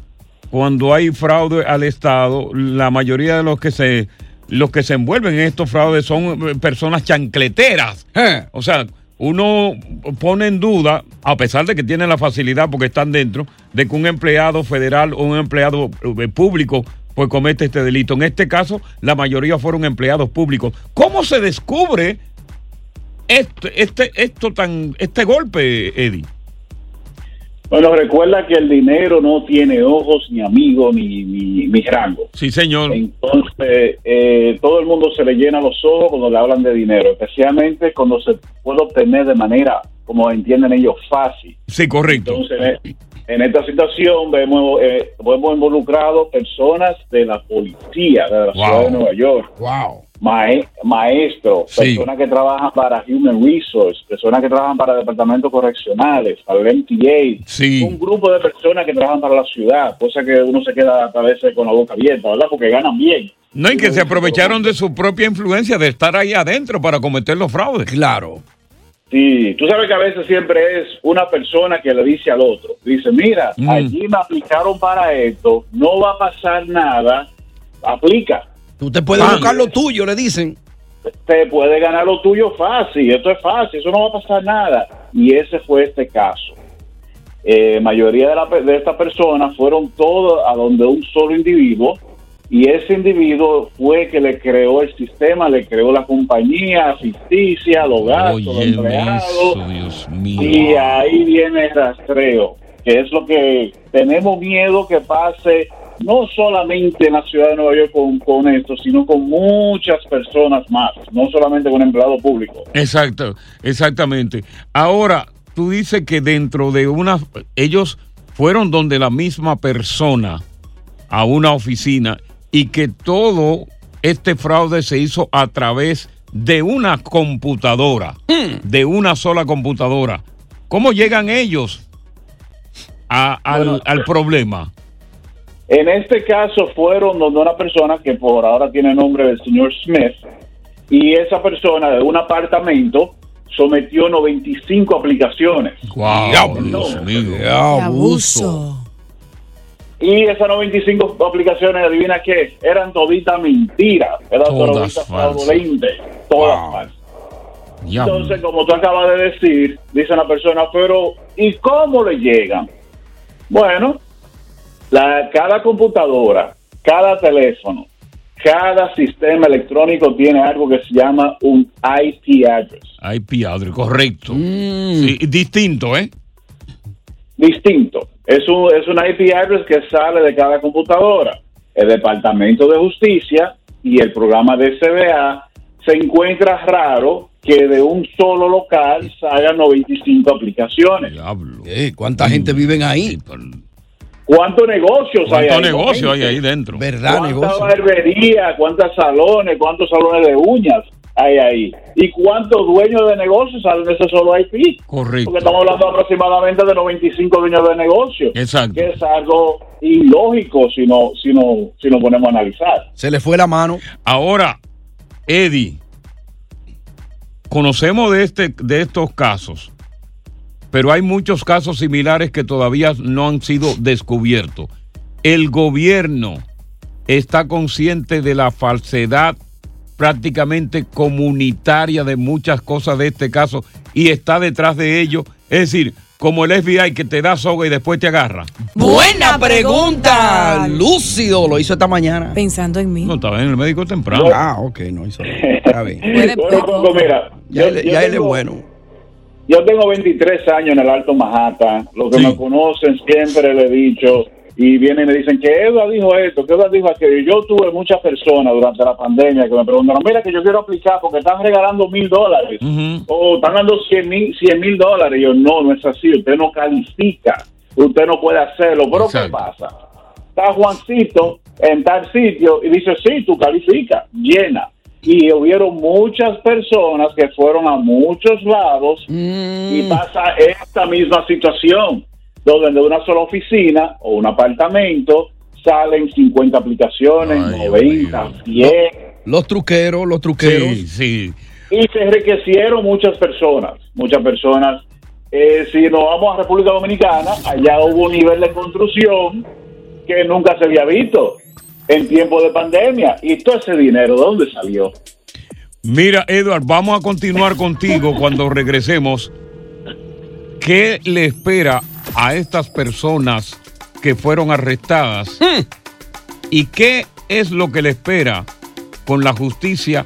Speaker 12: cuando hay fraude al Estado, la mayoría de los que se los que se envuelven en estos fraudes son eh, personas chancleteras. O sea, uno pone en duda, a pesar de que tienen la facilidad porque están dentro, de que un empleado federal o un empleado eh, público pues comete este delito. En este caso, la mayoría fueron empleados públicos. ¿Cómo se descubre este, este, esto tan, este golpe, Eddie.
Speaker 13: Bueno, recuerda que el dinero no tiene ojos, ni amigos, ni, ni, ni rango.
Speaker 2: Sí, señor.
Speaker 13: Entonces, eh, todo el mundo se le llena los ojos cuando le hablan de dinero, especialmente cuando se puede obtener de manera, como entienden ellos, fácil.
Speaker 2: Sí, correcto.
Speaker 13: Entonces, en, e- en esta situación vemos, eh, vemos involucrado personas de la policía de la ciudad de Nueva York.
Speaker 11: Wow.
Speaker 13: Mae- maestros,
Speaker 11: Sí.
Speaker 13: personas que trabajan para Human Resource, personas que trabajan para departamentos correccionales, para el MTA, un grupo de personas que trabajan para la ciudad, cosa que uno se queda a veces con la boca abierta, ¿verdad? Porque ganan bien.
Speaker 2: No, y que se aprovecharon de su propia influencia de estar ahí adentro para cometer los fraudes.
Speaker 11: Claro.
Speaker 13: Sí, tú sabes que a veces siempre es una persona que le dice al otro, dice, mira,
Speaker 14: Mm.
Speaker 13: allí me aplicaron para esto, no va a pasar nada, aplica.
Speaker 11: Tú te puedes buscar lo tuyo, le dicen.
Speaker 13: te puede ganar lo tuyo fácil, esto es fácil, eso no va a pasar nada. Y ese fue este caso. Eh, mayoría de, la pe- de estas personas fueron todos a donde un solo individuo y ese individuo fue que le creó el sistema, le creó la compañía ficticia, los gastos, los empleados, y ahí viene el rastreo. que es lo que tenemos miedo que pase no solamente en la ciudad de Nueva York con, con esto, sino con muchas personas más, no solamente con empleado público.
Speaker 2: Exacto, exactamente. Ahora, tú dices que dentro de una, ellos fueron donde la misma persona a una oficina y que todo este fraude se hizo a través de una computadora, de una sola computadora. ¿Cómo llegan ellos a- al, al problema?
Speaker 13: En este caso fueron donde una persona que por ahora tiene nombre del señor Smith y esa persona de un apartamento sometió 95 aplicaciones.
Speaker 15: 哦
Speaker 2: ¡Wow!
Speaker 13: Diablos,
Speaker 2: ¡Qué
Speaker 13: abuso! Y esas 95 aplicaciones, adivina qué, eran toditas mentiras, eran
Speaker 2: Todas
Speaker 13: toditas
Speaker 2: falsas. mm.
Speaker 13: fraudulentas, todas falsas. Entonces, como tú acabas de decir, dice la persona, pero ¿y cómo le llegan? Bueno, la, cada computadora, cada teléfono, cada sistema electrónico tiene algo que se llama un IP address.
Speaker 2: Ay, piadre, correcto. Sí, distinto, ¿eh?
Speaker 13: distinto. Es un, es un IP address que sale de cada computadora. El Departamento de Justicia y el programa de CBA se encuentra raro que de un solo local salgan 95 aplicaciones.
Speaker 2: Mm.
Speaker 11: ¿Cuánta gente viven ahí?
Speaker 13: ¿Cuántos negocios hay ahí?
Speaker 11: ¿Cuántos negocios hay ahí
Speaker 2: dentro?
Speaker 11: ¿Verdad,
Speaker 13: ¿Cuántas
Speaker 11: negocio?
Speaker 13: barberías? ¿Cuántos salones? ¿Cuántos salones de uñas hay ahí? ¿Y cuántos dueños de negocios salen de ese solo IP?
Speaker 2: Correcto.
Speaker 13: Porque estamos hablando aproximadamente de 95 dueños de negocio.
Speaker 2: Exacto.
Speaker 13: Que es algo ilógico si no, si no, si nos ponemos a analizar.
Speaker 11: Se le fue la mano.
Speaker 2: Ahora, Eddie, conocemos de, este, de estos casos, pero hay muchos casos similares que todavía no han sido descubiertos. El gobierno está consciente de la falsedad prácticamente comunitaria de muchas cosas de este caso y está detrás de ello. Es decir, como el FBI que te da soga y después te agarra.
Speaker 11: Buena pregunta. Lúcido lo hizo esta mañana.
Speaker 5: Pensando en mí.
Speaker 2: No, estaba en el médico temprano.
Speaker 11: Ah, ok, no hizo. Está bien.
Speaker 13: Bueno, Coco, mira,
Speaker 11: Ya
Speaker 13: yo-
Speaker 11: él-
Speaker 13: yo
Speaker 11: ya él es
Speaker 13: tengo-
Speaker 11: bueno.
Speaker 13: Yo tengo 23 años en el Alto Manhattan. Los que me conocen siempre le he dicho y vienen y me dicen que Eduardo dijo esto, que Eduardo dijo aquello. Yo tuve muchas personas durante la pandemia que me preguntaron, mira que yo quiero aplicar porque están regalando mil dólares o están dando cien mil, cien mil dólares. Y yo, no, no es así. Usted no califica. Usted no puede hacerlo. Pero ¿qué pasa? Está Juancito en tal sitio y dice, sí, tú califica, llena. Y hubieron muchas personas que fueron a muchos lados y pasa esta misma situación, donde de una sola oficina o un apartamento salen 50 aplicaciones, 90, 100,
Speaker 11: Los truqueros, los truqueros.
Speaker 2: Sí, sí.
Speaker 13: y se enriquecieron muchas personas, muchas personas. Eh, si nos vamos a República Dominicana, allá hubo un nivel de construcción que nunca se había visto en tiempo de pandemia. ¿Y todo ese dinero de dónde salió?
Speaker 2: Mira, Edward, vamos a continuar contigo cuando regresemos. ¿Qué le espera a estas personas que fueron arrestadas?
Speaker 11: Hmm.
Speaker 2: ¿Y qué es lo que le espera con la justicia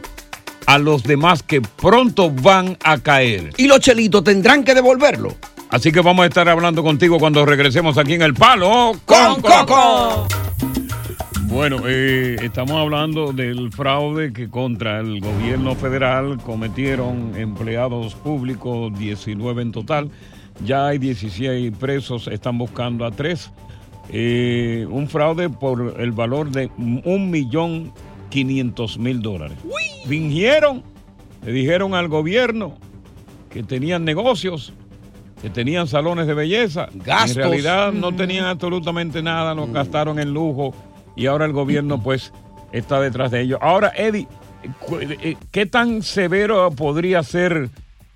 Speaker 2: a los demás que pronto van a caer?
Speaker 11: Y los chelitos tendrán que devolverlo.
Speaker 2: Así que vamos a estar hablando contigo cuando regresemos aquí en El Palo con Coco. Bueno, eh, estamos hablando del fraude que contra el gobierno federal cometieron empleados públicos, 19 en total. Ya hay 16 presos, están buscando a tres. Eh, un fraude por el valor de 1.500.000 dólares. Fingieron, le dijeron al gobierno que tenían negocios, que tenían salones de belleza.
Speaker 11: Gastos.
Speaker 2: En realidad no tenían absolutamente nada, los gastaron en lujo y ahora el gobierno pues está detrás de ellos. Ahora, Eddie, cu- eh, ¿qué tan severo podría ser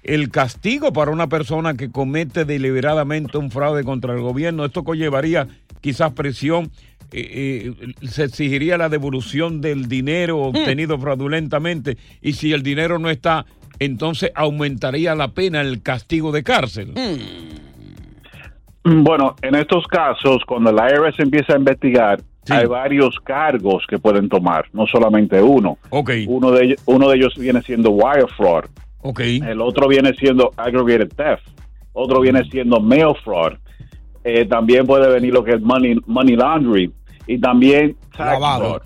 Speaker 2: el castigo para una persona que comete deliberadamente un fraude contra el gobierno? Esto conllevaría quizás presión. eh, eh, se exigiría la devolución del dinero obtenido fraudulentamente y si el dinero no está, entonces aumentaría la pena el castigo de cárcel.
Speaker 13: Bueno, en estos casos, cuando el IRS empieza a investigar, hay varios cargos que pueden tomar, no solamente uno. Uno de ellos, uno de ellos viene siendo wire fraud.
Speaker 2: Ok.
Speaker 13: El otro viene siendo aggravated theft. Otro viene siendo mail fraud. eh, también puede venir lo que es money, money laundering y también tax
Speaker 11: Lavado.
Speaker 13: fraud.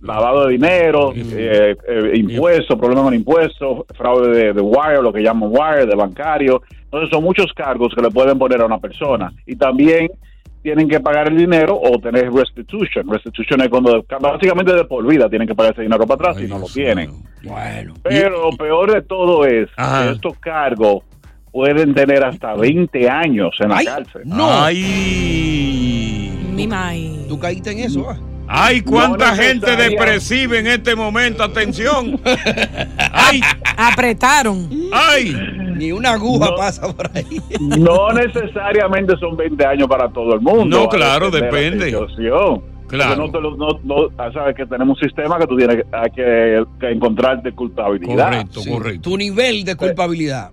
Speaker 13: lavado de dinero, eh, eh, impuestos, problemas con impuestos, fraude de, de wire, lo que llaman wire, de bancario. Entonces son muchos cargos que le pueden poner a una persona. Y también tienen que pagar el dinero o tener restitution. Restitution es cuando básicamente de por vida tienen que pagar ese dinero para atrás y no lo tienen.
Speaker 11: Bueno.
Speaker 13: Pero lo peor de todo es que estos cargos pueden tener hasta 20 años en la
Speaker 11: Ay,
Speaker 13: cárcel.
Speaker 11: no.
Speaker 5: Mi mai.
Speaker 11: Tú caíste en eso, ah.
Speaker 2: Ay, cuánta
Speaker 11: No
Speaker 2: gente
Speaker 11: necesaria.
Speaker 2: depresiva en este momento, atención.
Speaker 5: Apretaron.
Speaker 2: Ay.
Speaker 11: Ni una aguja
Speaker 13: No.
Speaker 11: pasa por ahí.
Speaker 13: No necesariamente son 20 años para todo el mundo.
Speaker 2: No, claro, depende.
Speaker 13: de la situación.
Speaker 2: Claro.
Speaker 13: Porque No, te lo- no- no- ah, sabes que tenemos un sistema que tú tienes que, hay que, que encontrarte culpabilidad.
Speaker 11: Sí, Tu nivel de culpabilidad.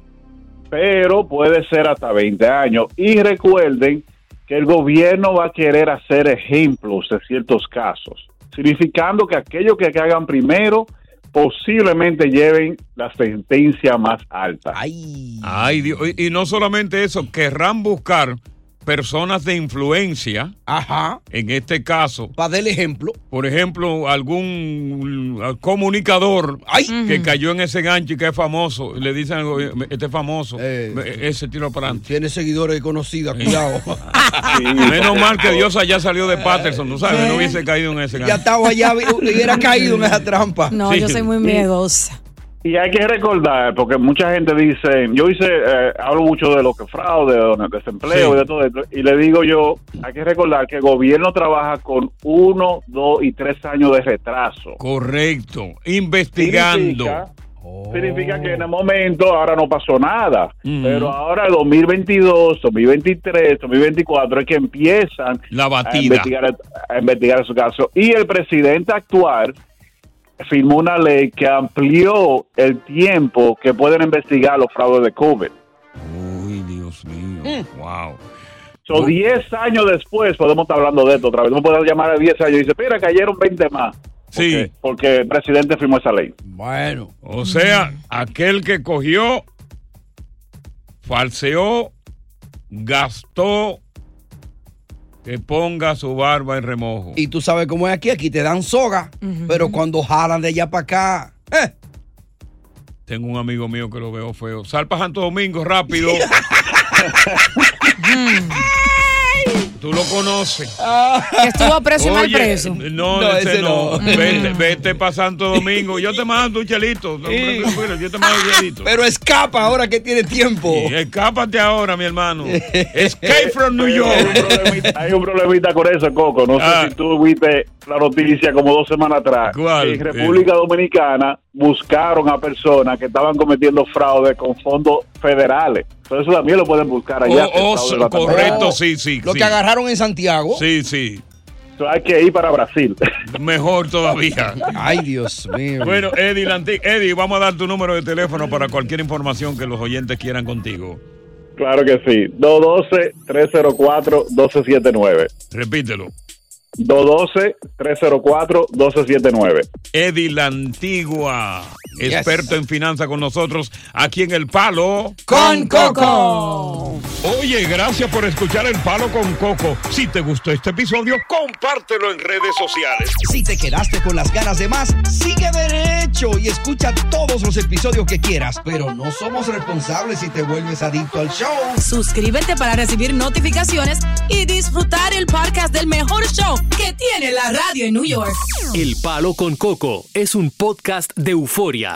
Speaker 13: Pero puede ser hasta 20 años. Y recuerden que el gobierno va a querer hacer ejemplos de ciertos casos, significando que aquellos que hagan primero posiblemente lleven la sentencia más alta.
Speaker 2: Ay, Dios. Y- Y no solamente eso, querrán buscar personas de influencia.
Speaker 11: Ajá.
Speaker 2: En este caso.
Speaker 11: Para dar ejemplo.
Speaker 2: Por ejemplo, algún eh, comunicador que cayó en ese gancho y que es famoso. y Le dicen al gobierno, este es famoso. e- Ese tiro para adelante.
Speaker 11: Eh. Tiene seguidores conocidos, cuidado.
Speaker 2: Menos mal que Dios allá salió de Patterson, ¿no sabes? No hubiese caído en ese gancho.
Speaker 11: Ya estaba allá, hubiera caído en esa trampa.
Speaker 5: No,
Speaker 13: Sí.
Speaker 5: yo soy muy
Speaker 13: Sí.
Speaker 5: miedosa.
Speaker 13: Y hay que recordar, porque mucha gente dice, yo hice, eh, hablo mucho de lo que fraude, de desempleo
Speaker 2: Sí.
Speaker 13: y de todo esto, y le digo yo, hay que recordar que el gobierno trabaja con uno, dos y tres años de retraso.
Speaker 2: Correcto. Investigando.
Speaker 13: Significa,
Speaker 2: Oh.
Speaker 13: significa que en el momento ahora no pasó nada, pero ahora 2022, 2023, 2024 es que empiezan
Speaker 2: La
Speaker 13: a
Speaker 2: batida.
Speaker 13: investigar, a investigar su caso. Y el presidente actual firmó una ley que amplió el tiempo que pueden investigar los fraudes de COVID.
Speaker 2: Uy, Dios mío.
Speaker 11: Mm.
Speaker 2: Wow.
Speaker 13: So, 10 años después podemos estar hablando de esto otra vez. No podemos llamar a 10 años y dice, mira, cayeron 20 más.
Speaker 2: Sí.
Speaker 13: Porque, porque el presidente firmó esa ley.
Speaker 11: Bueno.
Speaker 2: O sea, aquel que cogió, falseó, gastó, que ponga su barba en remojo.
Speaker 11: Y tú sabes cómo es aquí, aquí te dan soga, pero cuando jalan de allá para acá, eh,
Speaker 2: Tengo un amigo mío que lo veo feo. Sal para Santo Domingo rápido. Tú lo conoces.
Speaker 5: Que estuvo preso y mal
Speaker 2: Oye,
Speaker 5: preso.
Speaker 2: No,
Speaker 5: No,
Speaker 2: ese
Speaker 5: ese
Speaker 2: no.
Speaker 5: no.
Speaker 2: Vete, vete para Santo Domingo. Yo te mando un chelito. No, Yo te mando un chelito.
Speaker 11: pero escapa ahora que tiene tiempo.
Speaker 2: Sí, escápate ahora, mi hermano. Escape from New York.
Speaker 13: Hay un problemita con eso, Coco. No
Speaker 2: Ah.
Speaker 13: sé si tú viste la noticia como dos semanas atrás.
Speaker 2: ¿Cuál? Eh.
Speaker 13: En República Dominicana buscaron a personas que estaban cometiendo fraude con fondos federales. Entonces eso también lo pueden buscar allá.
Speaker 2: Oh, oh,
Speaker 13: fraude de la
Speaker 2: correcto,
Speaker 13: tarjeta.
Speaker 2: sí, sí.
Speaker 11: Lo
Speaker 2: sí.
Speaker 11: que agarraron en Santiago.
Speaker 2: Sí, sí.
Speaker 13: Entonces hay que ir para Brasil.
Speaker 2: Mejor todavía.
Speaker 11: Ay, Dios mío.
Speaker 2: Bueno, Eddie, Lanti- Eddie, vamos a dar tu número de teléfono para cualquier información que los oyentes quieran contigo.
Speaker 13: Claro que sí. 212-304-1279.
Speaker 2: Repítelo.
Speaker 13: 212-304-1279.
Speaker 2: Eddie la Antigua, experto en finanzas con nosotros, aquí en El Palo con Coco. Oye, gracias por escuchar El Palo con Coco. Si te gustó este episodio, compártelo en redes sociales.
Speaker 3: Si te quedaste con las ganas de más,
Speaker 11: Sigue derecho y escucha todos los episodios que quieras, pero no somos responsables si te vuelves adicto al show.
Speaker 4: Suscríbete para recibir notificaciones y disfrutar el podcast del mejor show que tiene la radio en New York.
Speaker 14: El Palo con Coco es un podcast de euforia.